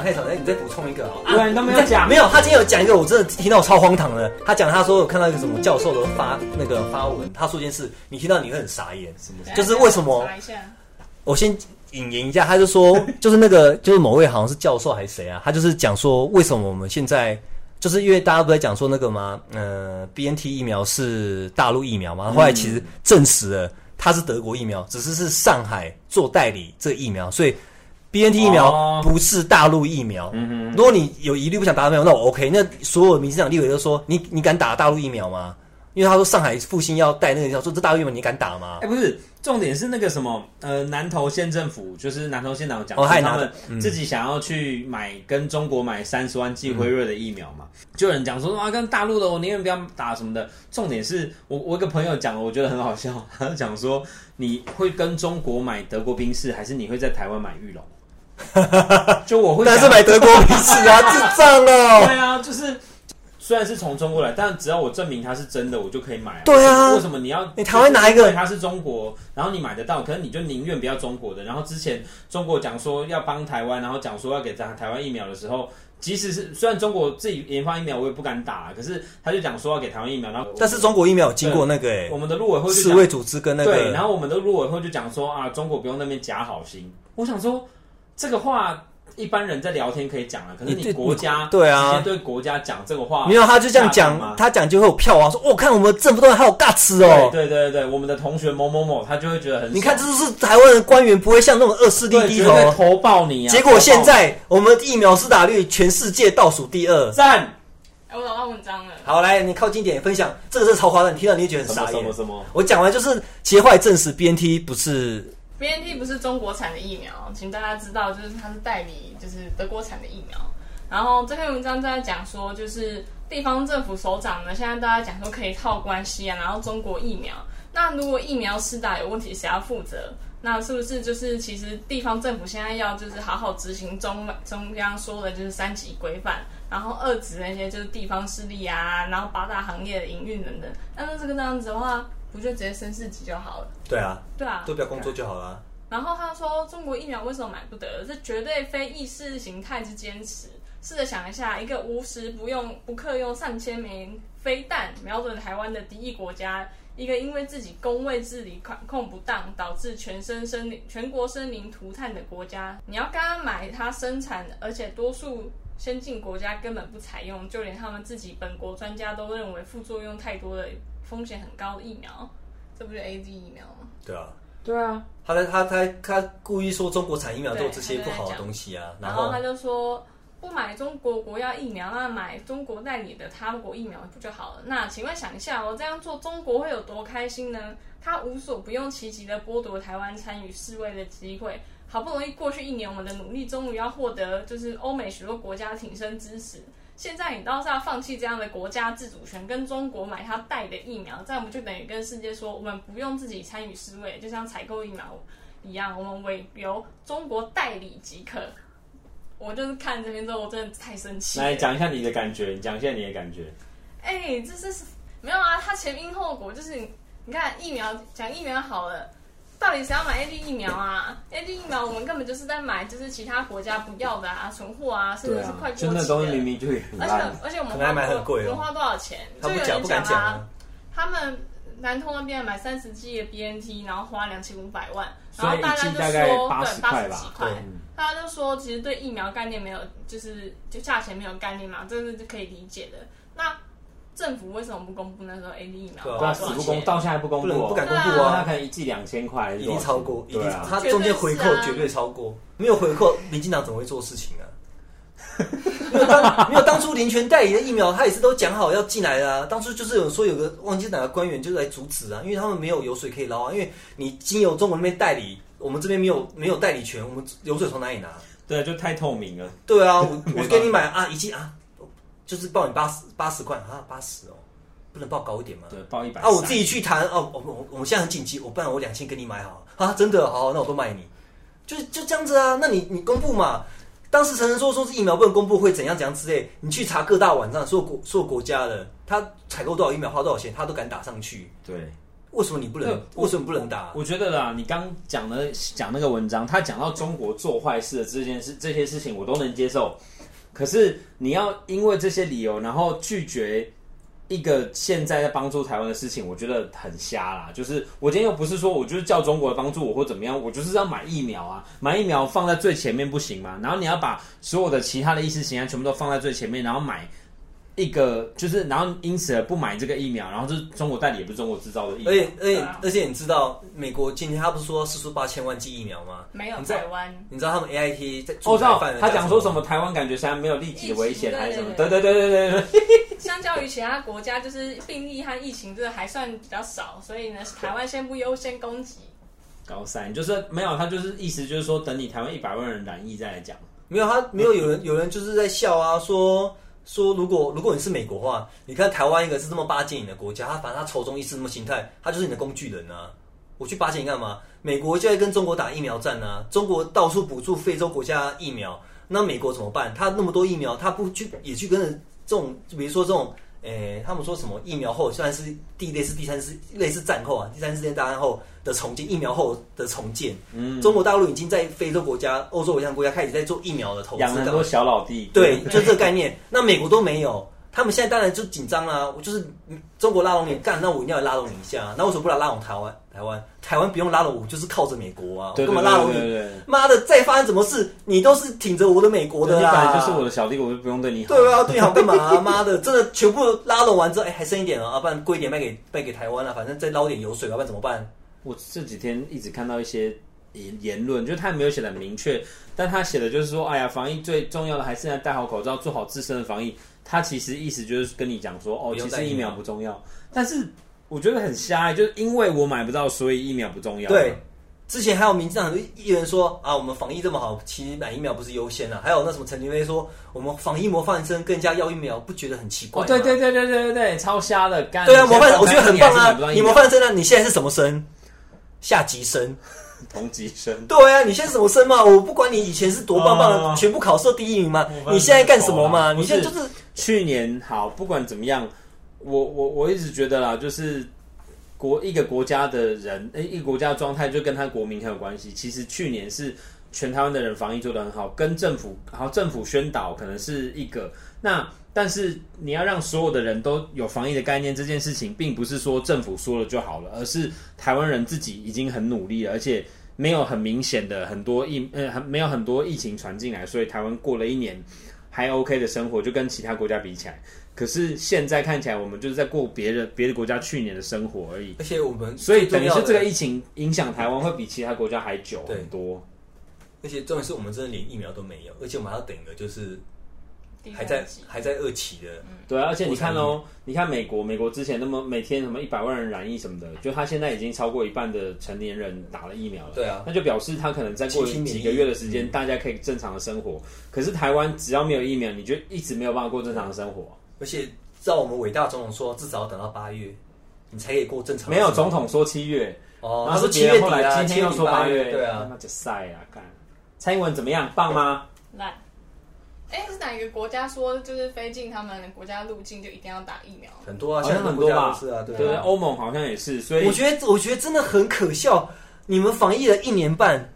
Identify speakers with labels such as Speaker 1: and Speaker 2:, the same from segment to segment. Speaker 1: 开场，哎，你再补充一个好了。啊
Speaker 2: 对，你都没有讲，
Speaker 1: 没有，他今天有讲一个，我真的听到我超荒唐的。他讲他说有看到一个什么教授的发那个发文，他说一件事，你听到你会很傻眼。
Speaker 2: 什么
Speaker 1: 就是为什么
Speaker 3: 查一下，
Speaker 1: 我先引言一下，他就说， 就是那个就是某位好像是教授还是谁啊，他就是讲说为什么我们现在就是因为大家不在讲说那个吗？呃，B N T 疫苗是大陆疫苗
Speaker 2: 嗯
Speaker 1: 嘛，后来其实证实了它是德国疫苗，只是是上海做代理这个疫苗，所以 B N T 疫苗
Speaker 2: 哦
Speaker 1: 不是大陆疫苗。
Speaker 2: 嗯
Speaker 1: 如果你有疑虑不想打疫苗，那我 OK。那所有民进党立委都说，你你敢打大陆疫苗吗？因为他说上海复兴要带那个疫苗，说这大陆疫苗你敢打吗
Speaker 2: 哼，？哎，不是，重点是那个什么，呃，南投县政府就是南投县长讲，
Speaker 1: 哦他也
Speaker 2: 他
Speaker 1: 拿着
Speaker 2: 们自己想要去买跟中国买三十万剂辉瑞的疫苗嘛，就有人讲说啊，跟大陆的我宁愿不要打什么的。重点是我我一个朋友讲，我觉得很好笑， 他讲说你会跟中国买德国冰室，还是你会在台湾买 玉龙？就我会
Speaker 1: 但
Speaker 2: 想
Speaker 1: 是买德国鼻屎啊，智障哦！
Speaker 2: 对啊，就是虽然是从中国来，但只要我证明它是真的，我就可以买、
Speaker 1: 对啊
Speaker 2: 为什么你要
Speaker 1: 你台湾拿一个
Speaker 2: 就是因为它是中国，然后你买得到，可是你就宁愿不要中国的。然后之前中国讲说要帮台湾，然后讲说要给咱台湾疫苗的时候。即使是虽然中国自己研发疫苗，我也不敢打，可是他就讲说要给台湾疫苗，然后
Speaker 1: 但是中国疫苗有经过那个诶、
Speaker 2: 我们的陆委会就
Speaker 1: 世
Speaker 2: 讲
Speaker 1: 卫组织跟那
Speaker 2: 对，然
Speaker 1: 个
Speaker 2: 后我们的陆委会就讲说啊，中国不用那边假好心。我想说，这个话一般人在聊天可以讲啊，可是
Speaker 1: 你
Speaker 2: 你
Speaker 1: 对
Speaker 2: 国家
Speaker 1: 对啊
Speaker 2: 直接对国家讲这个话，
Speaker 1: 没有，他就这样
Speaker 2: 大陆吗
Speaker 1: 讲，他讲就会有票啊，说我、哦、看我们政府都还有尬吃
Speaker 2: 对
Speaker 1: 哦。
Speaker 2: 对对对，我们的同学某某某，他就会觉得很爽，
Speaker 1: 你看，这就是台湾的官员不会向那种恶势力
Speaker 2: 对
Speaker 1: 低
Speaker 2: 绝对
Speaker 1: 头。
Speaker 2: 投报你啊！
Speaker 1: 哦结果现在我们疫苗施打率全世界倒数第
Speaker 2: 投
Speaker 1: 二
Speaker 2: 报。赞
Speaker 3: 哎，我找到文章了。
Speaker 1: 好，来你靠近一点分享，这个是超夸张，你听到你会觉得
Speaker 2: 什
Speaker 1: 很
Speaker 2: 么
Speaker 1: 傻
Speaker 2: 什么
Speaker 1: 眼。
Speaker 2: 什么，
Speaker 1: 我讲完就是，其实后来证实 B N T 不是
Speaker 3: B N T 不是中国产的疫苗，请大家知道，就是它是代理就是德国产的疫苗。然后这篇文章在讲说，就是地方政府首长呢，现在大家讲说可以套关系啊，然后中国疫苗。那如果疫苗施打有问题，谁要负责？那是不是就是其实地方政府现在要就是好好执行中中央说的就是三级规范，然后遏制那些就是地方势力啊，然后八大行业的营运等等。那那这个这样子的话，不就直接升四级就好了？
Speaker 1: 对啊，
Speaker 3: 对啊，
Speaker 1: 都不要工作就好了啊。
Speaker 3: 然后他说，中国疫苗为什么买不得？这绝对非意识形态之坚持。试着想一下，一个无时不用、不克用上千枚飞弹瞄准台湾的敌意国家，一个因为自己工位治理管控不当，导致全身生灵、全国生灵涂炭的国家，你要跟他买他生产的，而且多数先进国家根本不采用，就连他们自己本国专家都认为副作用太多的、风险很高的疫苗，这不就 A Z 疫苗吗？
Speaker 1: 对啊，
Speaker 2: 对啊，
Speaker 1: 他在他他他故意说中国产疫苗都有这些
Speaker 3: 对
Speaker 1: 不
Speaker 3: 他
Speaker 1: 好
Speaker 3: 在讲
Speaker 1: 的东西啊，然
Speaker 3: 然
Speaker 1: 后
Speaker 3: 后他就说不买中国国药疫苗，那买中国代理的他国疫苗不就好了？那请问想一下，我哦这样做中国会有多开心呢？他无所不用其极的剥夺台湾参与世卫的机会。好不容易过去一年，我们的努力终于要获得就是欧美许多国家的挺身支持。现在你倒是要放弃这样的国家自主权，跟中国买他带的疫苗，这样不就等于跟世界说我们不用自己参与世卫，就像采购疫苗一样，我们委由中国代理即可。我就是看这篇之后，我真的太生气了。
Speaker 2: 来讲一下你的感觉，你讲一下你的感觉。
Speaker 3: 哎、这是没有啊，它前因后果就是你，你看疫苗讲疫苗好了，到底谁要买 A G 疫苗啊？A G 疫苗我们根本就是在买，就是其他国家不要的啊，存货啊，甚至是快过期
Speaker 2: 就
Speaker 3: 的。
Speaker 2: 那东西明明就很
Speaker 3: 而
Speaker 2: 烂
Speaker 3: 且，而且我们
Speaker 1: 可能还
Speaker 3: 花
Speaker 1: 买很
Speaker 3: 多
Speaker 1: 贵哦
Speaker 3: 我们花多少钱？
Speaker 1: 他
Speaker 3: 就
Speaker 1: 不
Speaker 3: 有
Speaker 1: 讲
Speaker 3: 人
Speaker 1: 不敢
Speaker 3: 讲
Speaker 1: 讲
Speaker 3: 啊
Speaker 1: 啊，。
Speaker 3: 他们南通那边买三十 G 的 B N T，然后花两千五百万，然
Speaker 2: 所以
Speaker 3: 后
Speaker 2: 一
Speaker 3: 大家
Speaker 2: 剂
Speaker 3: 就
Speaker 2: 大
Speaker 3: 说
Speaker 2: 概
Speaker 3: 对
Speaker 2: 八
Speaker 3: 八
Speaker 2: 十
Speaker 3: 十
Speaker 2: 块吧
Speaker 3: 几
Speaker 1: 对
Speaker 3: 块，大家就说其实对疫苗概念没有，就是就价钱没有概念嘛，这是可以理解的。那政府为什么不公布那时候 A D 疫苗
Speaker 1: 对啊
Speaker 3: 多
Speaker 2: 对啊，
Speaker 3: 少
Speaker 2: 死
Speaker 3: 钱？
Speaker 2: 不公，到现在还不公布
Speaker 1: 不能
Speaker 2: 哦，
Speaker 1: 不敢
Speaker 3: 公布啊
Speaker 2: 那他可能一剂两千块，
Speaker 1: 一定超过，一定
Speaker 2: 对啊，
Speaker 1: 他中间回扣绝对超过，没有回扣，民进党怎么会做事情啊？没有当没有当初林权代理的疫苗，他也是都讲好要进来的啊。当初就是有说有个忘记哪个官员就是来阻止啊，因为他们没有油水可以捞啊，因为你经由中国那边代理，我们这边没有没有代理权，我们油水从哪里拿？
Speaker 2: 对，就太透明了。
Speaker 1: 对啊，我我给你买啊一剂啊，就是报你八十八十块啊八十哦，不能报高一点吗？
Speaker 2: 对，报一百
Speaker 1: 啊，我自己去谈哦，我我我们现在很紧急，我不然我两千给你买好了啊，真的好，那我都卖你，就就这样子啊，那你你公布嘛。当时陈晨说说是疫苗不能公布会怎样怎样之类，你去查各大网站，所有国所有国家的，他采购多少疫苗花多少钱，他都敢打上去。
Speaker 2: 对，
Speaker 1: 为什么你不能
Speaker 2: 对？我
Speaker 1: 为什么不能打？
Speaker 2: 我觉得啦，你刚讲的讲那个文章，他讲到中国做坏事的这件事，这些事情我都能接受。可是你要因为这些理由，然后拒绝一个现在在帮助台湾的事情，我觉得很瞎啦。就是我今天又不是说我就是叫中国帮助我或怎么样，我就是要买疫苗啊，买疫苗放在最前面不行吗？然后你要把所有的其他的意识形态全部都放在最前面，然后买。一个就是，然后因此而不买这个疫苗，然后就是中国代理也不是中国制造的疫苗，
Speaker 1: 而且而
Speaker 3: 对
Speaker 1: 且
Speaker 3: 啊
Speaker 1: 而且你知道美国今天他不是说四出八千万剂疫苗吗？
Speaker 3: 没有
Speaker 1: 你知道
Speaker 3: 台湾。
Speaker 1: 你知道他们 A I T 在
Speaker 2: 我
Speaker 1: 做
Speaker 2: 哦知道
Speaker 1: 饭的
Speaker 2: 他讲说什么台湾感觉现在没有立即的危险还是什么，
Speaker 3: 疫
Speaker 2: 对
Speaker 3: 情
Speaker 2: 对对对对对，
Speaker 3: 相较于其他国家，就是病例和疫情这还算比较少，所以呢，台湾先不优先攻击。
Speaker 2: 高三就是没有，他就是意思就是说等你台湾一百万人染疫再来讲，
Speaker 1: 没有，他没有有人有人就是在笑啊，说说如果如果你是美国话，你看台湾一个是这么巴结你的国家，他反正他仇中意识这么形态，他就是你的工具人啊。我去巴结你干嘛？美国就在跟中国打疫苗战啊，中国到处补助非洲国家疫苗，那美国怎么办？他那么多疫苗，他不去也去跟着这种，比如说这种，诶、他们说什么疫苗后虽然是第类似第三次类似战后啊，第三次世界大战后的重建，疫苗后的重建，
Speaker 2: 嗯，
Speaker 1: 中国大陆已经在非洲国家、欧洲国家国家开始在做疫苗的投资
Speaker 2: 养了
Speaker 1: 干
Speaker 2: 很
Speaker 1: 嘛
Speaker 2: 多小老弟，
Speaker 1: 对，就这个概念。那美国都没有，他们现在当然就紧张啦、我就是嗯中国拉拢你，干，那我一定要拉拢你一下、啊那为什么不来拉拢台湾？台湾，台湾不用拉拢我，就是靠着美国啊，
Speaker 2: 对
Speaker 1: 我
Speaker 2: 对
Speaker 1: 干嘛拉拢
Speaker 2: 对
Speaker 1: 你？
Speaker 2: 对对，
Speaker 1: 妈的，再发生什么事，你都是挺着我的美国的
Speaker 2: 你
Speaker 1: 啦、
Speaker 2: 本来就是我的小弟，我就不用对你好，
Speaker 1: 对啊，对你好干嘛、啊？妈的，真的全部拉拢完之后，哎、还剩一点哦，啊，不然贵一点卖给卖给台湾啊，反正再捞一点油水，要不然怎么办？
Speaker 2: 我这几天一直看到一些言言论，就是他没有写的明确，但他写的就是说，哎呀，防疫最重要的还是要戴好口罩，做好自身的防疫。他其实意思就是跟你讲说，哦，
Speaker 1: 不
Speaker 2: 其
Speaker 1: 用戴
Speaker 2: 实疫
Speaker 1: 疫苗
Speaker 2: 苗不重要，但是我觉得很瞎，就是因为我买不到，所以疫苗不重要。
Speaker 1: 对，之前还有民进党很多议员说啊，我们防疫这么好，其实买疫苗不是优先啊。还有那什么陈林飞说，我们防疫模范生更加要疫苗，不觉得很奇怪
Speaker 2: 哦，
Speaker 1: 吗？
Speaker 2: 对对对对对对对，超瞎的，干。
Speaker 1: 对啊，
Speaker 2: 你现
Speaker 1: 模
Speaker 2: 在
Speaker 1: 范生我觉得很棒啊！你模
Speaker 2: 防疫还是买不到疫苗
Speaker 1: 范生呢、你现在是什么生？下级生。
Speaker 2: 同级生，
Speaker 1: 对啊，你现在是什么生嘛？我不管你以前是多棒棒的，
Speaker 2: 哦
Speaker 1: 全部考试第一名嘛
Speaker 2: 模范，生
Speaker 1: 你现在干什么
Speaker 2: 好啦
Speaker 1: 嘛？你现在啊就是
Speaker 2: 去年好，不管怎么样，我我我一直觉得啦，就是国一个国家的人，诶一个国家的状态就跟他国民很有关系。其实去年是全台湾的人防疫做得很好，跟政府，然后政府宣导可能是一个那。但是你要让所有的人都有防疫的概念，这件事情并不是说政府说了就好了，而是台湾人自己已经很努力了，而且没有很明显的很多疫呃很没有很多疫情传进来，所以台湾过了一年还 OK 的生活，就跟其他国家比起来。可是现在看起来，我们就是在过别人别的国家去年的生活而已。
Speaker 1: 而且我们
Speaker 2: 所以
Speaker 1: 最
Speaker 2: 等于
Speaker 1: 重要
Speaker 2: 是
Speaker 1: 的
Speaker 2: 这个疫情影响台湾会比其他国家还久
Speaker 1: 对
Speaker 2: 很多。
Speaker 1: 而且重点是我们真的连疫苗都没有，而且我们还要等一个就是
Speaker 3: 第
Speaker 1: 还
Speaker 3: 三嗯
Speaker 1: 在
Speaker 3: 集
Speaker 1: 还在二期的，
Speaker 2: 对啊，而且你
Speaker 1: 我同意
Speaker 2: 看哦，你看美国，美国之前那么每天什么一百万人染疫什么的，就他现在已经超过一半的成年人打了疫苗了。
Speaker 1: 对啊，
Speaker 2: 那就表示他可能再过
Speaker 1: 集体免疫
Speaker 2: 几
Speaker 1: 嗯
Speaker 2: 个月的时间，大家可以正常的生活。可是台湾只要没有疫苗，你就一直没有办法过正常的生活。
Speaker 1: 而且照我们伟大总统说，至少要等到八月，你才可以过正常的
Speaker 2: 没有
Speaker 1: 生
Speaker 2: 总
Speaker 1: 活
Speaker 2: 统说七月，
Speaker 1: 哦，
Speaker 2: 然
Speaker 1: 他
Speaker 2: 后是
Speaker 1: 说七月底
Speaker 2: 后来
Speaker 1: 啊，
Speaker 2: 今
Speaker 1: 七
Speaker 2: 天
Speaker 1: 月
Speaker 2: 又
Speaker 1: 底
Speaker 2: 说八
Speaker 1: 月，
Speaker 2: 月，
Speaker 1: 对
Speaker 2: 他
Speaker 1: 啊，
Speaker 2: 妈就晒啊！干，蔡英文怎么样？棒吗？
Speaker 3: 烂。哎、是哪个国家说就是非进他们国家入境就一定要打疫苗？
Speaker 1: 很多啊，
Speaker 2: 好
Speaker 1: 像
Speaker 2: 像很多吧？
Speaker 1: 是啊，
Speaker 2: 对
Speaker 1: 对
Speaker 2: 对，
Speaker 1: 啊。
Speaker 2: 欧盟好像也是，所以
Speaker 1: 我觉得，我觉得真的很可笑。你们防疫了一年半，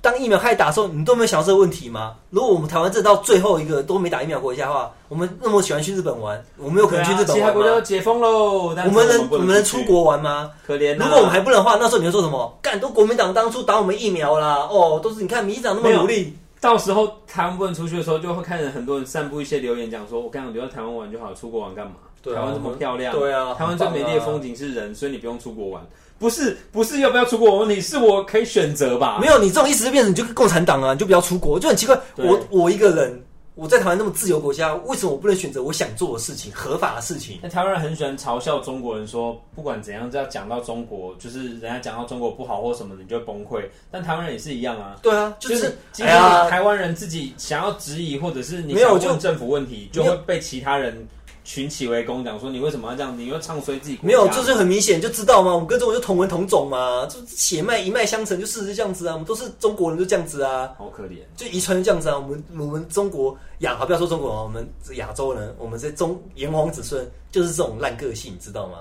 Speaker 1: 当疫苗开始打的时候，你们都没有想到这个问题吗？如果我们台湾这到最后一个都没打疫苗国家的话，我们那么喜欢去日本玩，我们有可能去
Speaker 2: 对
Speaker 1: 日
Speaker 2: 啊
Speaker 1: 本
Speaker 2: 其他
Speaker 1: 玩
Speaker 2: 国家都
Speaker 1: 吗？
Speaker 2: 解封喽，但
Speaker 1: 我
Speaker 2: 是
Speaker 1: 们能
Speaker 2: 不
Speaker 1: 我们能
Speaker 2: 出
Speaker 1: 出
Speaker 2: 去，啊
Speaker 1: 国玩吗？
Speaker 2: 可怜啊。
Speaker 1: 如果我们还不能的话，那时候你们说什么？干，都国民党当初打我们疫苗啦，哦，都是你看民进党那么
Speaker 2: 没有
Speaker 1: 努力，
Speaker 2: 到时候台湾不能出去的时候，就会看见很多人散布一些留言，讲说我刚刚留在台湾玩就好，出国玩干嘛？
Speaker 1: 对啊
Speaker 2: 台湾这么漂亮，
Speaker 1: 对啊
Speaker 2: 台湾最美丽
Speaker 1: 很
Speaker 2: 的
Speaker 1: 棒啊
Speaker 2: 风景是人，所以你不用出国玩。不是不是要不要出国的问题，是我可以选择吧？
Speaker 1: 没有，你这种意思就变成你就共产党啊，你就不要出国，就很奇怪。
Speaker 2: 对
Speaker 1: 我我一个人，我在台湾那么自由国家，为什么我不能选择我想做的事情、合法的事情？
Speaker 2: 那台湾人很喜欢嘲笑中国人说，不管怎样，只要讲到中国，就是人家讲到中国不好或什么的，你就会崩溃。但台湾人也是一样啊，
Speaker 1: 对啊，、
Speaker 2: 就是是今
Speaker 1: 哎
Speaker 2: 天
Speaker 1: 呀，
Speaker 2: 台湾人自己想要质疑，或者是你
Speaker 1: 没有
Speaker 2: 想
Speaker 1: 就
Speaker 2: 问政府问题，
Speaker 1: 没有
Speaker 2: 就会被其他人群起围攻，讲说你为什么要这样？你又唱衰自己国
Speaker 1: 没有，
Speaker 2: 家
Speaker 1: 就是很明显就知道嘛，我们跟中国就同文同种嘛，就血脉一脉相承，就事实是这样子啊，我们都是中国人，就这样子啊，
Speaker 2: 好可怜。
Speaker 1: 就遗传就这样子啊。我们我们中国亚，好不要说中国啊，我们亚洲人，我们这中炎黄子孙就是这种烂个性，你知道吗？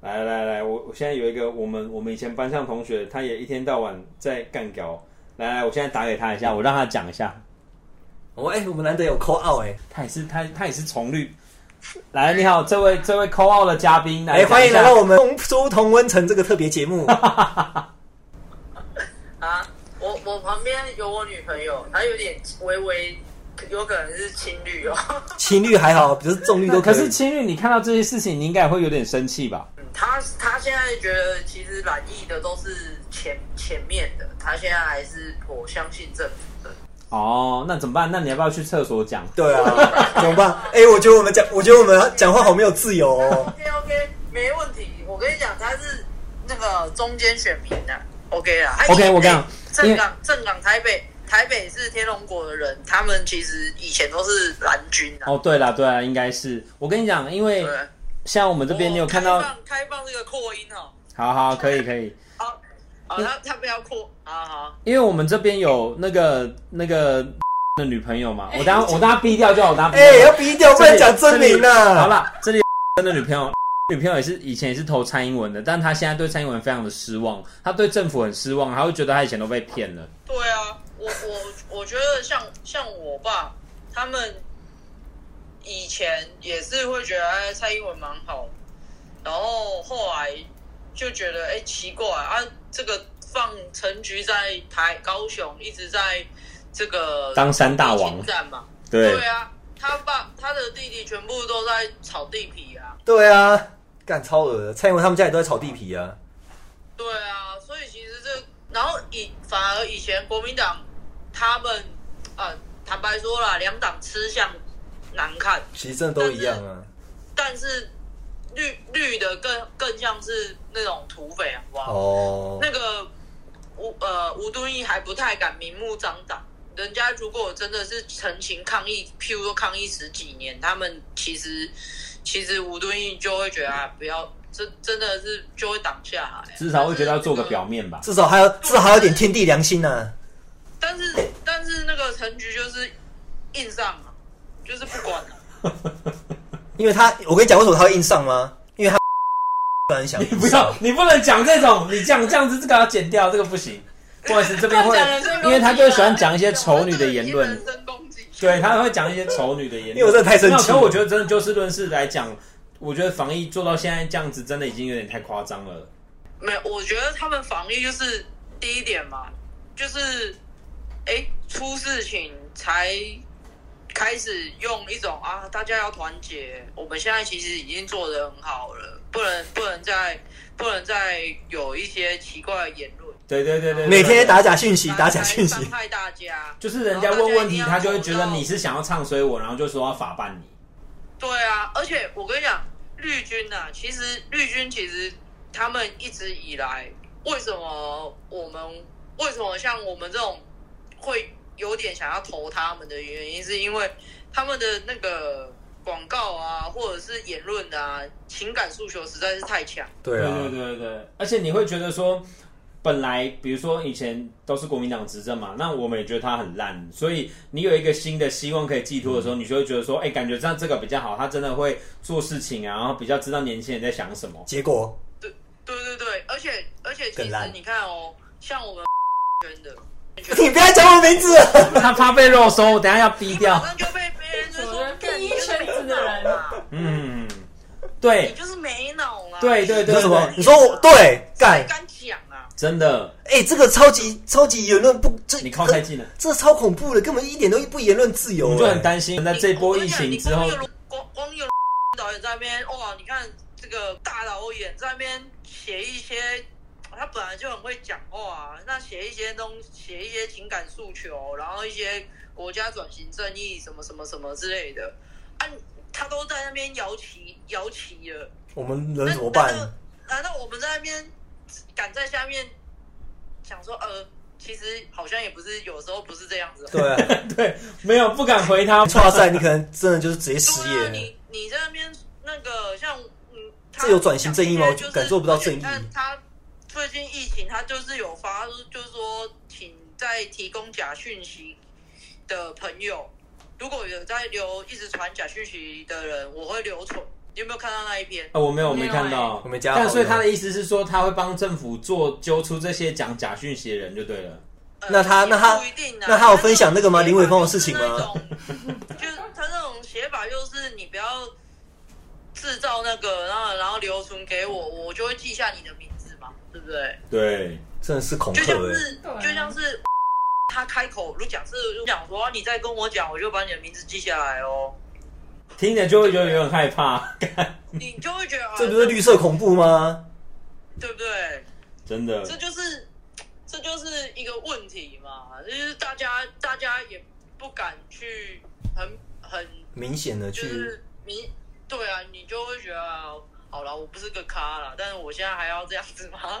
Speaker 2: 来来来，我我现在有一个我们我们以前班上同学，他也一天到晚在干屌。来来，我现在打给他一下，我让他讲一下。
Speaker 1: 我、哎、我们难得有 call out 哎、
Speaker 2: 他也是他他也是重绿。来，你好，这位这位扣奥的嘉宾，
Speaker 1: 哎、
Speaker 2: 来
Speaker 1: 欢迎
Speaker 2: 讲
Speaker 1: 来
Speaker 2: 一下
Speaker 1: 到我们同出同温层这个特别节目。
Speaker 4: 啊，我我旁边有我女朋友，她有点微微，有可能是情侣哦。
Speaker 1: 情侣还好，比如重率
Speaker 2: 那
Speaker 1: 都
Speaker 2: 可
Speaker 1: 以
Speaker 2: 是青玉，你看到这些事情，你应该也会有点生气吧？
Speaker 4: 嗯她她现在觉得其实满意的都是前前面的，她现在还是颇相信政府的。
Speaker 2: 哦，那怎么办？那你要不要去厕所讲？
Speaker 1: 对啊， 怎么办？哎、我觉得我们讲，我觉得我们讲话好没有自 由哦。
Speaker 4: OK OK，没问题。我跟你讲，她是那个中间选民呐、OK 啦。啊
Speaker 2: OK，
Speaker 4: 因为
Speaker 2: 我跟你讲因
Speaker 4: 正
Speaker 2: 为
Speaker 4: 港正港台北台北是天龙国的人，他们其实以前都是蓝军啊。
Speaker 2: 哦，对了对了，应该是我跟你讲，因为
Speaker 4: 对，
Speaker 2: 像我们这边你有看到
Speaker 4: 哦开，放开放这个扩音哦。
Speaker 2: 好好可以可以，
Speaker 4: 好，
Speaker 2: 嗯
Speaker 4: 好，啊他他不要哭，好好。
Speaker 2: 因为我们这边有那个那个的女朋友嘛，我等下我等下逼掉就好，我等下逼
Speaker 1: 哎、
Speaker 2: 掉
Speaker 1: 要逼 掉，不能讲真名
Speaker 2: 这里好
Speaker 1: 呐、啊。
Speaker 2: 了，这里 真的女朋友，女朋友也是以前也是投蔡英文的，但她现在对蔡英文非常的失望，她对政府很失望，她会觉得她以前都被骗了。
Speaker 4: 对啊，我我我觉得像像我爸他们以前也是会觉得哎蔡英文蛮好，然后后来就觉得哎奇怪啊，这个放陈局在台高雄一直在这个
Speaker 2: 当山大王
Speaker 4: 地勤站嘛，
Speaker 2: 对
Speaker 4: 对啊，他爸他的弟弟全部都在炒地皮啊。
Speaker 1: 对啊，干超恶的，蔡英文他们家里都在炒地皮啊。
Speaker 4: 对啊，所以其实这，然后以反而以前国民党他们，呃，坦白说啦，两党吃相难看，
Speaker 1: 其实真的都一样啊。
Speaker 4: 但是绿绿的更更像是那种土匪，好不好？
Speaker 1: 哦，
Speaker 4: 那个吴呃吴敦义还不太敢明目张胆，人家如果真的是陈情抗议，譬如说抗议十几年，他们其实其实吴敦义就会觉得啊，不要。这真的是就会挡下来，啊
Speaker 2: 至少会觉得要做个
Speaker 4: 但是那
Speaker 2: 表面吧。
Speaker 1: 至少还有至少还有点天地良心呐、啊。
Speaker 4: 但是但是那个陈局就是硬上啊，就是不管了、
Speaker 1: 因为他，我跟你讲，为什么他会硬上吗？因为他 突然想
Speaker 2: 你
Speaker 1: 硬
Speaker 2: 不
Speaker 1: 上
Speaker 2: 要，你不能讲这种，你讲这样子，这个要剪掉，这个不行。不好意思，这边会
Speaker 4: 这样人身攻，击啊
Speaker 2: 因为他就喜欢讲一些丑女的言论
Speaker 4: 人，身攻击，啊
Speaker 2: 对，他会讲一些丑女的言论。
Speaker 1: 因为我真的太生气了
Speaker 2: 没有可是我觉得真的就事论事来讲，我觉得防疫做到现在这样子，真的已经有点太夸张了。
Speaker 4: 没有，我觉得他们防疫就是第一点嘛，就是哎、诶出事情才开始用一种啊，大家要团结。我们现在其实已经做得很好了，不能不能再不能再有一些奇怪的言论，
Speaker 2: 对对对对，对
Speaker 1: 每天
Speaker 2: 对
Speaker 1: 打假讯息，
Speaker 4: 来
Speaker 1: 打假讯
Speaker 4: 来伤
Speaker 1: 息。
Speaker 4: 害大家。
Speaker 2: 就是人家问问题，
Speaker 4: 然
Speaker 2: 他
Speaker 4: 后大家一定要
Speaker 2: 就会觉得
Speaker 4: 走到
Speaker 2: 你是想要唱衰我，然后就说要法办你。
Speaker 4: 对啊，而且我跟你讲，绿军呐、啊，其实绿军其实他们一直以来，为什么我们为什么像我们这种会有点想要投他们的原因，是因为他们的那个广告啊，或者是言论啊，情感诉求实在是太强。
Speaker 1: 对啊，
Speaker 2: 对对对对，而且你会觉得说，本来比如说以前都是国民党执政嘛，那我们也觉得他很烂，所以你有一个新的希望可以寄托的时候，
Speaker 1: 嗯
Speaker 2: 你就会觉得说，哎、感觉这样这个比较好，他真的会做事情啊，然后比较知道年轻人在想什 么。
Speaker 1: 结果
Speaker 4: 对对对，而且而且其
Speaker 1: 更
Speaker 4: 实
Speaker 1: 烂
Speaker 4: 你看哦，像我们圈的，
Speaker 1: 你 不要讲我名字啊了。
Speaker 2: 他怕被肉收，等一下要逼掉
Speaker 4: 马。上就被别人就说
Speaker 3: 第一圈子的人
Speaker 4: 嘛，
Speaker 2: 嗯，
Speaker 4: 你
Speaker 2: 对，
Speaker 4: 就是没脑啊。
Speaker 2: 对对
Speaker 1: 你
Speaker 2: 对对
Speaker 1: 说什
Speaker 2: 对
Speaker 1: 么？你说我对干
Speaker 4: 谁？敢讲啊？
Speaker 2: 真的，
Speaker 1: 哎、这个超级超级言论不，这
Speaker 2: 你靠太近了，
Speaker 1: 这超恐怖的，根本一点都不言论自由、
Speaker 2: 我
Speaker 1: 欸。
Speaker 2: 就很担心，在这波疫
Speaker 4: 你
Speaker 2: 情
Speaker 4: 我
Speaker 2: 之
Speaker 4: 跟
Speaker 2: 后
Speaker 4: 你，讲你光有光有导演在那边，哇，你看这个大导演在那边写一些，他本来就很会讲话、啊，那写一些东，写一些情感诉求，然后一些国家转型正义什么什么什么之类的，啊，他都在那边摇旗摇旗了，
Speaker 1: 我们
Speaker 4: 那
Speaker 1: 能怎么办？
Speaker 4: 难道难道我们在那边敢在下面想说，呃，其实好像也不是，有时候不是这样子、哦。
Speaker 1: 对啊，
Speaker 2: 对，没有不敢回他。
Speaker 1: 哇塞，你可能真的就是直接失
Speaker 4: 对啊，
Speaker 1: 业。
Speaker 4: 你你在那边那个像嗯，他
Speaker 1: 这有转型正义吗
Speaker 4: 讲一些
Speaker 1: 我感受不到正义
Speaker 4: 就是你看他最近疫情，他就是有发，就是说，请在提供假讯息的朋友，如果有在留一直传假讯息的人，我会留存。有没有看到那一篇？
Speaker 2: 呃，我没有，我没
Speaker 3: 没有
Speaker 2: 看到
Speaker 3: 欸。
Speaker 1: 我们加好友
Speaker 2: 但所以他的意思是说，他会帮政府做揪出这些讲假讯息的人就对了。
Speaker 4: 呃
Speaker 1: 那他
Speaker 4: 也
Speaker 1: 那他
Speaker 4: 不一定啊
Speaker 1: 那他有分享那个吗
Speaker 4: 他这
Speaker 1: 林
Speaker 4: 种
Speaker 1: 伟峰的事情吗
Speaker 4: 就是那种？就是他那种写法，就是你不要制造那个，然后然后留存给我，我就会记下你的名字嘛，对不对？
Speaker 2: 对，
Speaker 1: 真的是恐
Speaker 4: 就像
Speaker 1: 吓哎、
Speaker 4: 是
Speaker 3: 对啊
Speaker 4: 就像是他开口，如假设就讲说啊你再跟我讲，我就把你的名字记下来哦，
Speaker 2: 听着就会觉得有点害怕，
Speaker 4: 你就会觉得啊
Speaker 1: 这不是绿色恐怖吗？
Speaker 4: 对不对？
Speaker 2: 真的。
Speaker 4: 这就是这就是一个问题嘛，就是大家大家也不敢去很很
Speaker 1: 明显的
Speaker 4: 就
Speaker 1: 去
Speaker 4: 是你对啊，你就会觉得啊好了，我不是个咖啦，但是我现在还要这样子吗？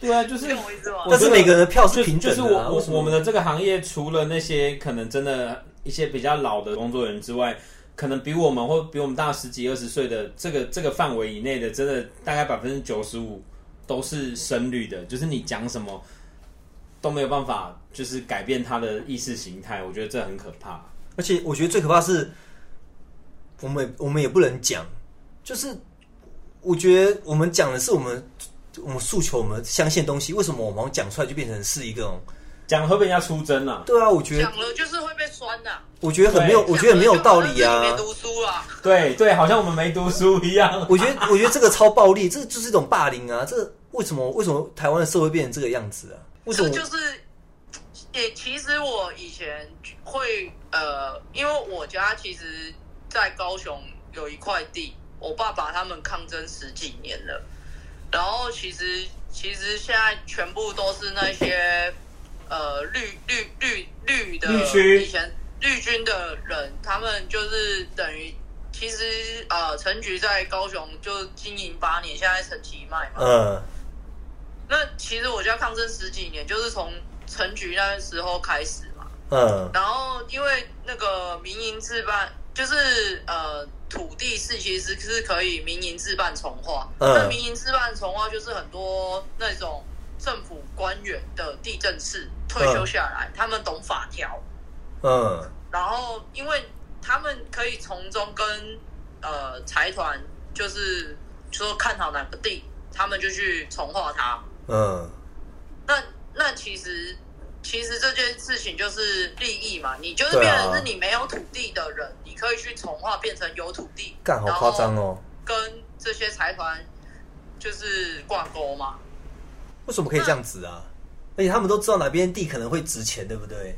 Speaker 2: 对啊，就是
Speaker 4: 你懂我意思吗？
Speaker 1: 但 是每个人的票是
Speaker 2: 就
Speaker 1: 平
Speaker 2: 就
Speaker 1: 等
Speaker 2: 是
Speaker 1: 的、
Speaker 2: 我
Speaker 1: 啊，
Speaker 2: 我
Speaker 1: 为什么
Speaker 2: 我们的这个行业，除了那些可能真的一些比较老的工作人员之外，可能比我们或比我们大十几二十岁的这个这个范围以内的，真的大概百分之九十五都是深绿的，就是你讲什么都没有办法，就是改变他的意识形态，我觉得这很可怕。
Speaker 1: 而且我觉得最可怕是，我们我们也不能讲，就是我觉得我们讲的是我们我们诉求我们相信的东西，为什么我们好像讲出来就变成是一个？
Speaker 2: 讲了会被人家出征啊，
Speaker 1: 对啊，我觉得
Speaker 4: 讲了就是会被酸的、
Speaker 1: 我觉得很没有，我觉得很没有道理
Speaker 4: 讲了
Speaker 1: 啊
Speaker 4: 就好像是你没！读书啊，
Speaker 2: 对对，好像我们没读书一样。
Speaker 1: 我觉得我觉得这个超暴力，这就是一种霸凌啊！这为什么为什么台湾的社会变成这个样子啊？为什
Speaker 4: 这
Speaker 1: 么？
Speaker 4: 呃就是，也其实我以前会呃，因为我家其实，在高雄有一块地，我爸爸他们抗争十几年了，然后其实其实现在全部都是那些呃绿绿绿绿的
Speaker 2: 绿区
Speaker 4: 以前绿军的人，他们就是等于。其实，呃，陈局在高雄就经营八年，现在陈其迈嘛，
Speaker 1: 嗯，
Speaker 4: 那其实我家抗争十几年，就是从陈局那时候开始嘛。
Speaker 1: 嗯
Speaker 4: 然后因为那个民营自办，就是呃土地是其实是可以民营自办重划。
Speaker 1: 嗯
Speaker 4: 那民营自办重划就是很多那种政府官员的地震士退休下来，他们懂法条，
Speaker 1: 嗯
Speaker 4: 然后因为他们可以从中跟呃财团就是说看好哪个地，他们就去重划它。
Speaker 1: 嗯
Speaker 4: 那那其实其实这件事情就是利益嘛，你就是
Speaker 1: 对啊
Speaker 4: 变成是你没有土地的人，你可以去从化变成有土地，
Speaker 1: 干好夸张哦！
Speaker 4: 跟这些财团就是挂钩嘛。
Speaker 1: 为什么可以这样子啊？而且他们都知道哪边地可能会值钱，对不对？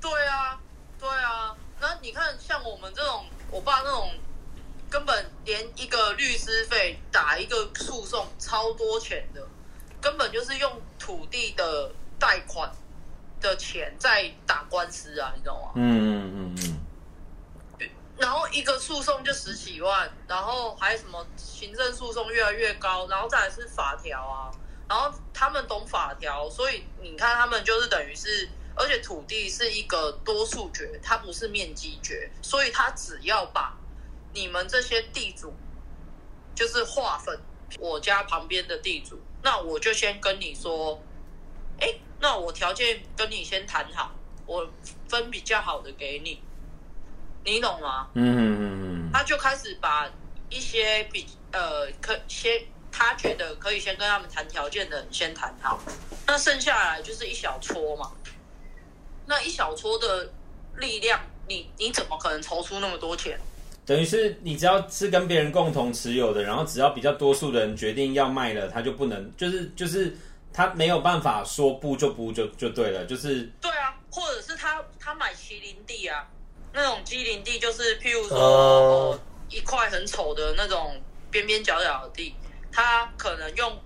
Speaker 4: 对啊，对啊。那你看，像我们这种，我爸那种，根本连一个律师费打一个诉讼超多钱的，根本就是用土地的贷款的钱在打官司啊，你知道吗？
Speaker 2: 嗯嗯嗯嗯，
Speaker 4: 然后一个诉讼就十几万，然后还有什么行政诉讼越来越高，然后再来是法条啊，然后他们懂法条，所以你看他们就是等于是，而且土地是一个多数决，它不是面积决，所以他只要把你们这些地主就是划分我家旁边的地主，那我就先跟你说，哎，那我条件跟你先谈好，我分比较好的给你，你懂吗？
Speaker 2: 嗯嗯嗯
Speaker 4: 他就开始把一些比呃可先他觉得可以先跟他们谈条件的人先谈好，那剩下来就是一小撮嘛。那一小撮的力量，你你怎么可能筹出那么多钱？
Speaker 2: 等于是你只要是跟别人共同持有的，然后只要比较多数的人决定要卖了，他就不能，就是就是他没有办法说不就不就就对了，就是
Speaker 4: 对啊，或者是他他买麒麟地啊，那种麒麟地就是譬如说、
Speaker 1: 哦
Speaker 4: 哦、一块很丑的那种边边角角的地，他可能用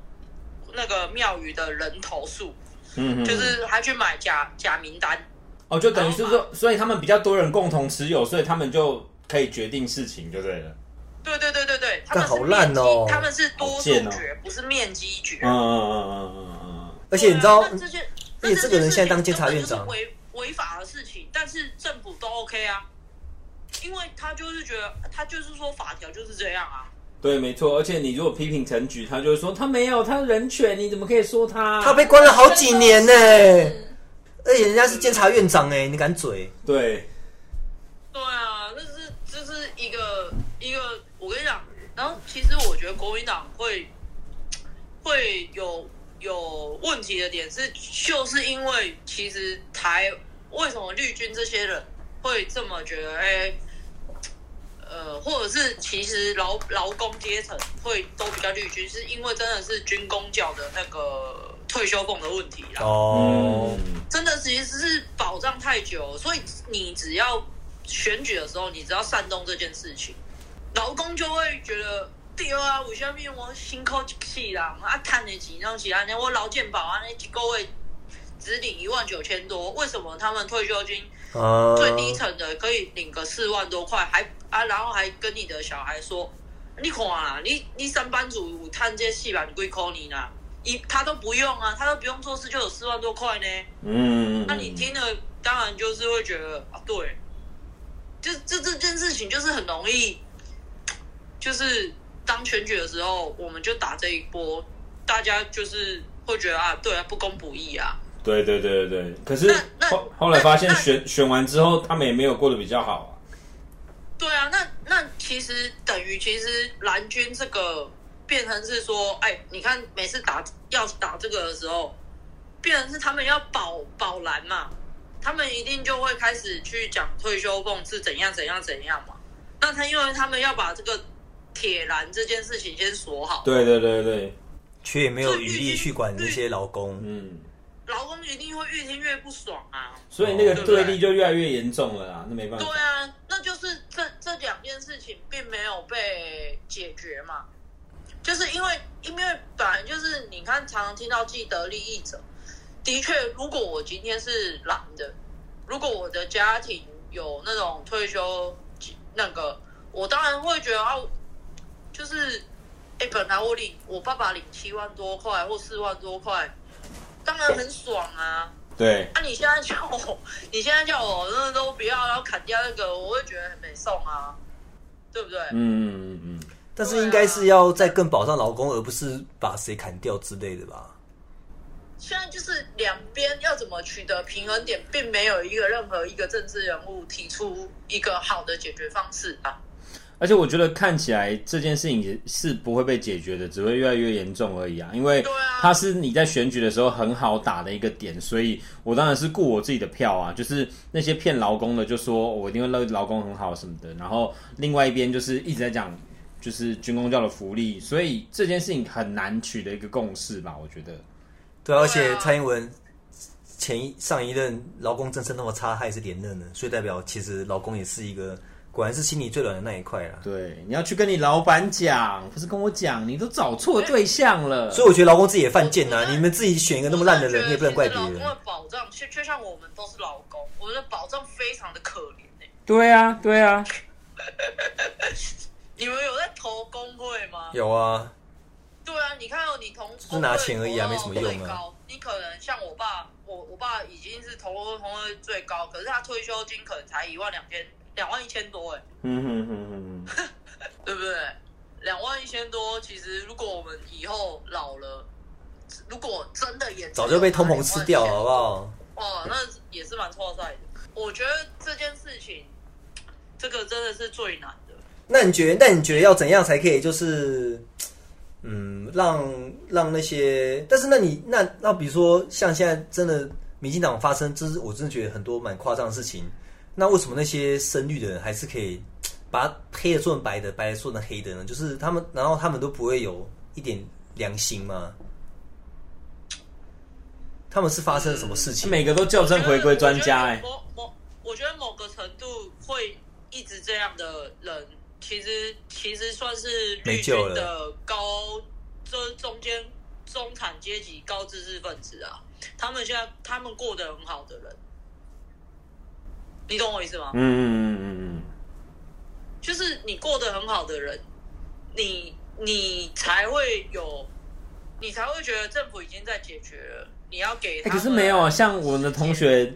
Speaker 4: 那个庙宇的人头数，
Speaker 2: 嗯，嗯嗯
Speaker 4: 就是他去买假假名单。
Speaker 2: 哦，就等于是说，所以他们比较多人共同持有，所以他们就可以决定事情就对了。
Speaker 4: 对对对对对，他
Speaker 1: 干
Speaker 4: 们是
Speaker 1: 好烂哦
Speaker 4: 面积他们是多数
Speaker 2: 好哦
Speaker 4: 决，不是面积决。
Speaker 2: 嗯嗯嗯嗯嗯
Speaker 1: 而且你知道
Speaker 4: 对啊，那这些，
Speaker 1: 而且这个人现在当
Speaker 4: 那这
Speaker 1: 监察
Speaker 4: 件
Speaker 1: 院
Speaker 4: 事情
Speaker 1: 长
Speaker 4: 根本就是违违法的事情，但是政府都 OK 啊，因为他就是觉得他就是说法条就是这样啊。
Speaker 2: 嗯，对，没错。而且你如果批评陈菊，他就会说他没有，他人权，你怎么可以说他？
Speaker 1: 他被关了好几年呢、
Speaker 3: 是
Speaker 1: 而且人家是监察院长哎、你敢嘴？
Speaker 2: 对，
Speaker 4: 对啊，这是这是一个一个，我跟你其实我觉得国民党会会有有问题的点是，就是因为其实台为什么绿军这些人会这么觉得？哎、呃，或者是其实劳劳工阶层会都比较绿军，是因为真的是军工教的那个退休俸的问题啦。
Speaker 2: 嗯
Speaker 1: 哦，
Speaker 4: 真的其实是保障太久，所以你只要选举的时候，你只要煽动这件事情，劳工就会觉得。对啊，为什么我辛苦一气啦？啊，赚的钱让其他人，我劳健保啊，那一个月只领一万九千多，为什么他们退休金
Speaker 1: 啊，
Speaker 4: 最低层的可以领个四万多块，还啊，然后还跟你的小孩说，你看啊，你你上班族有探这戏吧，你归扣你啦，一啊他都不用啊，他都不用做事就有四万多块呢。
Speaker 2: 嗯，
Speaker 4: 那你听了，当然就是会觉得啊，对，就这这件事情就是很容易，就是当选举的时候，我们就打这一波，大家就是会觉得啊，对啊，不公不义啊，
Speaker 2: 对对对对对，可是
Speaker 4: 那那
Speaker 2: 后后来发现
Speaker 4: 那那
Speaker 2: 选选完之后，他们也没有过得比较好啊。
Speaker 4: 对啊，那那其实等于其实蓝军这个变成是说，哎，你看每次打要打这个的时候，变成是他们要保保蓝嘛，他们一定就会开始去讲退休俸是怎样怎样怎样嘛。那他因为他们要把这个铁栏这件事情先锁好，
Speaker 2: 对对对对，
Speaker 1: 却也没有余力去管这些劳工。
Speaker 2: 嗯，
Speaker 4: 劳工一定会越听越不爽啊。
Speaker 2: 所以那个
Speaker 4: 哦
Speaker 2: 对立就越来越严重了啦，那没办法
Speaker 4: 对。啊，那就是这这两件事情并没有被解决嘛，就是因为因为本来就是你看常常听到既得利益者，的确，如果我今天是懒的，如果我的家庭有那种退休金那个，我当然会觉得啊，就是哎、本来我领我爸爸领七万多块或四万多块，当然很爽啊。
Speaker 2: 对，
Speaker 4: 那、你现在叫我， 你现在叫我，那都不要，然后砍掉那个，我会觉得很没送啊，对不对？
Speaker 2: 嗯嗯嗯，
Speaker 1: 但是应该是要再更保障劳工，而不是把谁砍掉之类的吧？
Speaker 4: 现在就是两边要怎么取得平衡点，并没有一个任何一个政治人物提出一个好的解决方式啊。
Speaker 2: 而且我觉得看起来这件事情也是不会被解决的，只会越来越严重而已啊。因为
Speaker 4: 对啊
Speaker 2: 它是你在选举的时候很好打的一个点，所以我当然是顾我自己的票啊。就是那些骗劳工的，就说哦我一定会让劳工很好什么的，然后另外一边就是一直在讲就是军工教的福利，所以这件事情很难取得一个共识吧？我觉得。
Speaker 1: 对啊，
Speaker 4: 对啊
Speaker 1: 而且蔡英文前一上一任劳工政策那么差，他也是连任的，所以代表其实劳工也是一个，果然是心里最软的那一块啦。
Speaker 2: 对，你要去跟你老板讲，不是跟我讲，你都找错对象了。
Speaker 1: 所以我觉得劳工自己也犯贱呐、
Speaker 4: 我我
Speaker 1: 你们自己选一个那么烂的人，你也不能怪别
Speaker 4: 我真
Speaker 1: 人
Speaker 4: 的觉得其实。劳工的保障，就就像我们都是劳工，我们的保障非常的可怜欸
Speaker 2: 对啊，对啊，
Speaker 4: 你们有在投工会吗？
Speaker 1: 有啊，
Speaker 4: 对啊，你看哦，你同
Speaker 1: 是拿钱而已啊没什么用啊
Speaker 4: 最高，你可能像我爸，我我爸已经是同工同工最高，可是他退休金可能才一万两千，两万一千多哎，
Speaker 2: 嗯哼哼哼，
Speaker 4: 对不对？两万一千多，其实如果我们以后老了，如果真的也
Speaker 1: 早就被通膨吃掉了，好不好？
Speaker 4: 哦，那也是蛮挫败的。我觉得这件事情，这个真的是最难的。
Speaker 1: 那你觉得，那你觉得要怎样才可以就是，嗯，让让那些，但是那你那那比如说像现在真的民进党发生，这是我真的觉得很多蛮夸张的事情。那为什么那些深绿的人还是可以把黑的做成白的，白的做成黑的呢？就是他们，然后他们都不会有一点良心吗？他们是发生了什么事情？
Speaker 2: 每个都校正回归专家哎、
Speaker 4: 我觉得某某，我觉得某个程度会一直这样的人，其实其实算是绿
Speaker 1: 没救
Speaker 4: 军
Speaker 1: 了
Speaker 4: 的高，这中间中产阶级高知识分子啊，他们现在他们过得很好的人，你懂我意思吗？
Speaker 2: 嗯嗯嗯嗯
Speaker 4: 就是你过得很好的人，你你才会有，你才会觉得政府已经在解决了，你要给
Speaker 2: 嗯、
Speaker 4: 他
Speaker 2: 哎可
Speaker 4: 们、
Speaker 2: 是没有啊，像我的同学，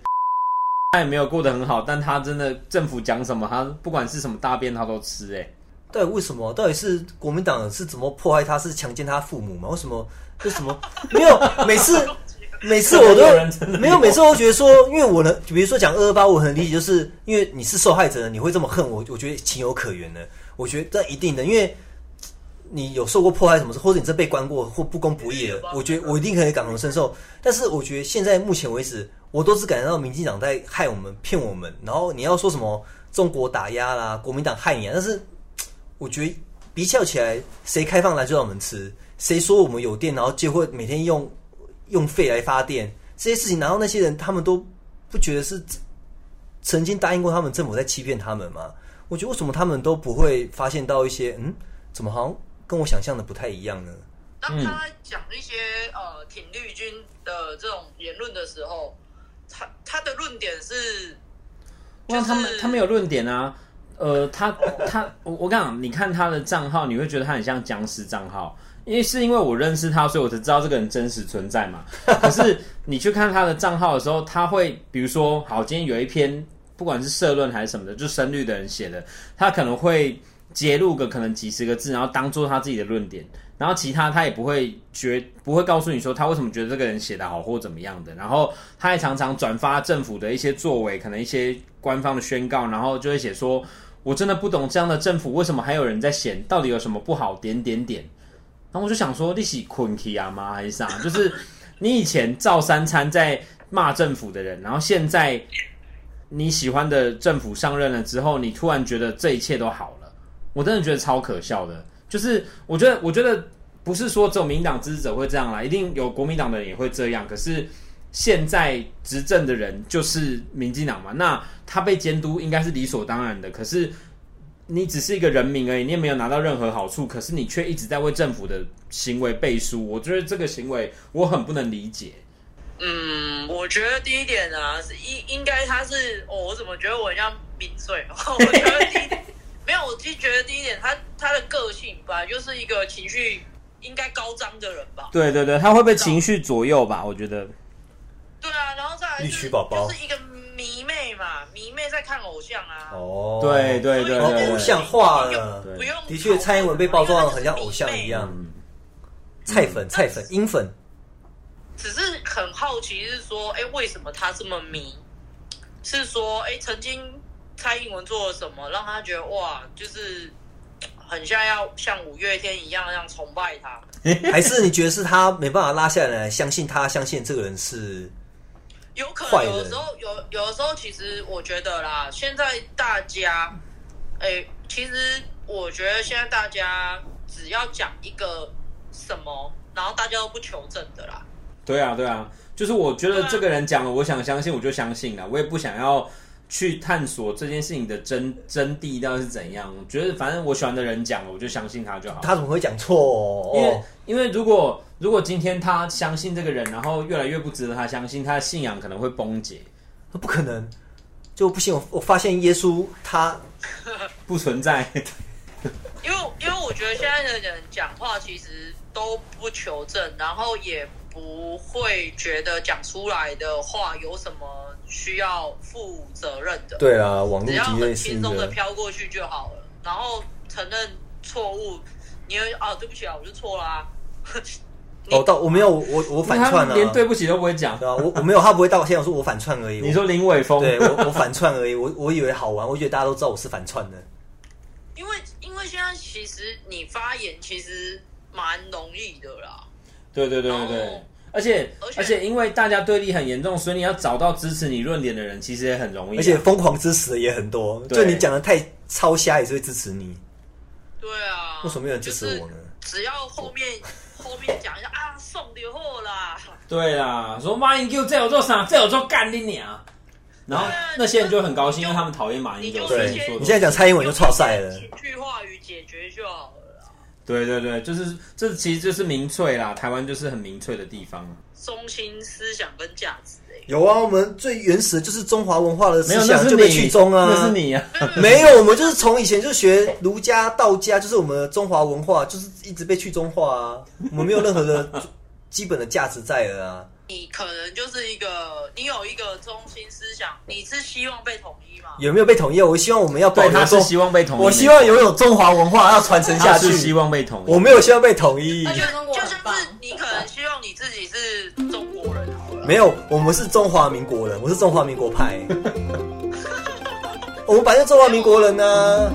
Speaker 2: 他也没有过得很好，但他真的政府讲什么，他不管是什么大便他都吃哎、
Speaker 1: 到底为什么？到底是国民党是怎么迫害他？是强奸他父母吗？为什么？为什么？没有，每次每次我
Speaker 2: 有人真
Speaker 1: 都
Speaker 2: 的
Speaker 1: 没有，每次我都觉得说，因为我能，比如说讲二二八，我很理解，就是因为你是受害者，你会这么恨我，我觉得情有可原的。我觉得这一定的，因为你有受过迫害什么事，或者你是被关过或不公不义
Speaker 4: 有
Speaker 1: 的
Speaker 4: 吧，
Speaker 1: 我觉得我一定可以感同身受。但是我觉得现在目前为止，我都只感觉到民进党在害我们、骗我们。然后你要说什么中国打压啦，国民党害你啊，但是我觉得比较起来，谁开放来就让我们吃，谁说我们有电，然后结果每天用用肺来发电这些事情，难道那些人他们都不觉得是曾经答应过他们政府在欺骗他们吗？我觉得为什么他们都不会发现到一些，嗯，怎么好像跟我想象的不太一样呢？
Speaker 2: 嗯
Speaker 4: 当他讲一些呃挺绿军的这种言论的时候，他他的论点是，就
Speaker 2: 哇，
Speaker 4: 是
Speaker 2: 他们他们有论点啊。呃，他他我我跟你讲，你看他的账号，你会觉得他很像僵尸账号，因为是因为我认识他，所以我才知道这个人真实存在 嘛。可是你去看他的账号的时候，他会比如说，好，今天有一篇不管是社论还是什么的，就深绿的人写的，他可能会截录个可能几十个字，然后当做他自己的论点，然后其他他也不会觉不会告诉你说他为什么觉得这个人写的好或怎么样的，然后他还常常转发政府的一些作为，可能一些官方的宣告，然后就会写说。我真的不懂这样的政府为什么还有人在嫌，到底有什么不好？点点点。然后我就想说，你是困体啊吗？还是啥？就是你以前照三餐在骂政府的人，然后现在你喜欢的政府上任了之后，你突然觉得这一切都好了，我真的觉得超可笑的。就是我觉得，我觉得不是说只有民党支持者会这样啦，一定有国民党的人也会这样。可是现在执政的人就是民进党嘛，那他被监督应该是理所当然的。可是你只是一个人民而已，你也没有拿到任何好处，可是你却一直在为政府的行为背书，我觉得这个行为我很不能理解。
Speaker 4: 嗯，我觉得第一点啊，是应应该他是哦，我怎么觉得我很像民粹？ 我觉得第 一点没有，我就觉得第一点，他他的个性本来就是一个情绪应该高涨的人吧。
Speaker 2: 对对对，他会被情绪左右吧？我觉得，
Speaker 4: 对啊，然后再来是
Speaker 1: 绿区宝宝
Speaker 4: 就是一个迷妹嘛，迷妹在看偶像啊。
Speaker 1: 哦
Speaker 2: 对对对
Speaker 4: 所以
Speaker 2: 对，
Speaker 1: 偶像化
Speaker 4: 不用
Speaker 1: 了
Speaker 4: 不用
Speaker 1: 的确，蔡英文被包装的很像偶像一样，
Speaker 2: 嗯，
Speaker 1: 菜粉、菜粉、英 粉，
Speaker 4: 只是很好奇，是说，哎，为什么他这么迷？是说，哎，曾经蔡英文做了什么，让他觉得哇，就是很像要像五月天一样，那样崇拜他？
Speaker 1: 还是你觉得是他没办法拉下来，相信他，相信这个人是
Speaker 4: 有可
Speaker 1: 坏人
Speaker 4: 能有的时候有，有的时候其实我觉得啦，现在大家，哎，其实我觉得现在大家只要讲一个什么，然后大家都不求证的啦。
Speaker 2: 对啊对啊，就是我觉得这个人讲了，我想相信我就相信了，我也不想要去探索这件事情的真真谛到底是怎样。我觉得反正我喜欢的人讲了，我就相信他就好了。
Speaker 1: 他怎么会讲
Speaker 2: 啊
Speaker 1: 错、
Speaker 2: 因为
Speaker 1: 哦？
Speaker 2: 因为如果如果今天他相信这个人，然后越来越不值得他相信，他的信仰可能会崩解，
Speaker 1: 哦，不可能，就不信我。我发现耶稣他
Speaker 2: 不存在。
Speaker 4: 因为因为我觉得现在的人讲话其实都不求证，然后也不会觉得讲出来的话有什么需要负责任的，
Speaker 1: 对啊，网
Speaker 4: 只要
Speaker 1: 络
Speaker 4: 很轻松的飘过去就好了，然后承认错误，你会啊对不起啊， 我就错啦、你
Speaker 1: 哦，到我没有，我我 反
Speaker 2: 他
Speaker 1: 串
Speaker 2: 们
Speaker 1: 啊，
Speaker 2: 连对不起都不会讲
Speaker 1: 对。啊，我我没有，他不会道歉，我说我反串而已。
Speaker 2: 你说林伟
Speaker 1: 我
Speaker 2: 峰，
Speaker 1: 对我我反串而已，我我以为好玩，我觉得大家都知道我是反串的。
Speaker 4: 因为因为现在其实你发言其实蛮容易的啦，
Speaker 2: 对对对对对
Speaker 4: 哦，
Speaker 2: 而且
Speaker 4: 而且
Speaker 2: 而且因为大家对立很严重，所以你要找到支持你论点的人，其实也很容易啊。
Speaker 1: 而且疯狂支持的也很多，
Speaker 2: 对
Speaker 1: 就你讲的太超瞎也是会支持你。
Speaker 4: 对啊，
Speaker 1: 为什么没有人支持我呢？？
Speaker 4: 只要后面后面讲一下啊，送点货啦。
Speaker 2: 对啦，说马英九这有做啥，这有做干你娘。然后
Speaker 4: 对啊
Speaker 2: 那些人就很高兴，因为他们讨厌马英
Speaker 4: 你
Speaker 2: 九，
Speaker 4: 就
Speaker 2: 所
Speaker 4: 是
Speaker 2: 以
Speaker 1: 对
Speaker 2: 说
Speaker 4: 先
Speaker 1: 你现在讲蔡英文就超赛了
Speaker 4: 情绪话语解决就好了啦。
Speaker 2: 对对对，就是这其实就是民粹啦，台湾就是很民粹的地方。
Speaker 4: 中心思想跟价值、欸，
Speaker 1: 有啊，我们最原始的就是中华文化的
Speaker 2: 没有，
Speaker 1: 思
Speaker 2: 那
Speaker 1: 想
Speaker 2: 是
Speaker 1: 就
Speaker 2: 你
Speaker 1: 被去中啊，
Speaker 2: 那是你啊。
Speaker 1: 没有，我们就是从以前就学儒家、道家，就是我们的中华文化，就是一直被去中化啊。我们没有任何的基本的价值在了啊。
Speaker 4: 你可能就是一个，你有一个中心思想，你是希望被统一吗？
Speaker 1: 有没有被统一？啊我希望我们要保
Speaker 2: 对，
Speaker 1: 留
Speaker 2: 他是
Speaker 1: 中，
Speaker 2: 希望被统一。
Speaker 1: 我希望拥有中华文化，要传承
Speaker 2: 他
Speaker 1: 下
Speaker 2: 是希
Speaker 1: 去。
Speaker 2: 望被统一。
Speaker 1: 我没有希望被统一
Speaker 4: 那，就
Speaker 3: 觉得中国
Speaker 4: 就
Speaker 3: 很
Speaker 4: 像
Speaker 3: 棒
Speaker 4: 是你可能希望你自己是中国人好了。
Speaker 1: 没有，我们是中华民 国人，我是中华民国派。我们本来就中华民国人呢、啊。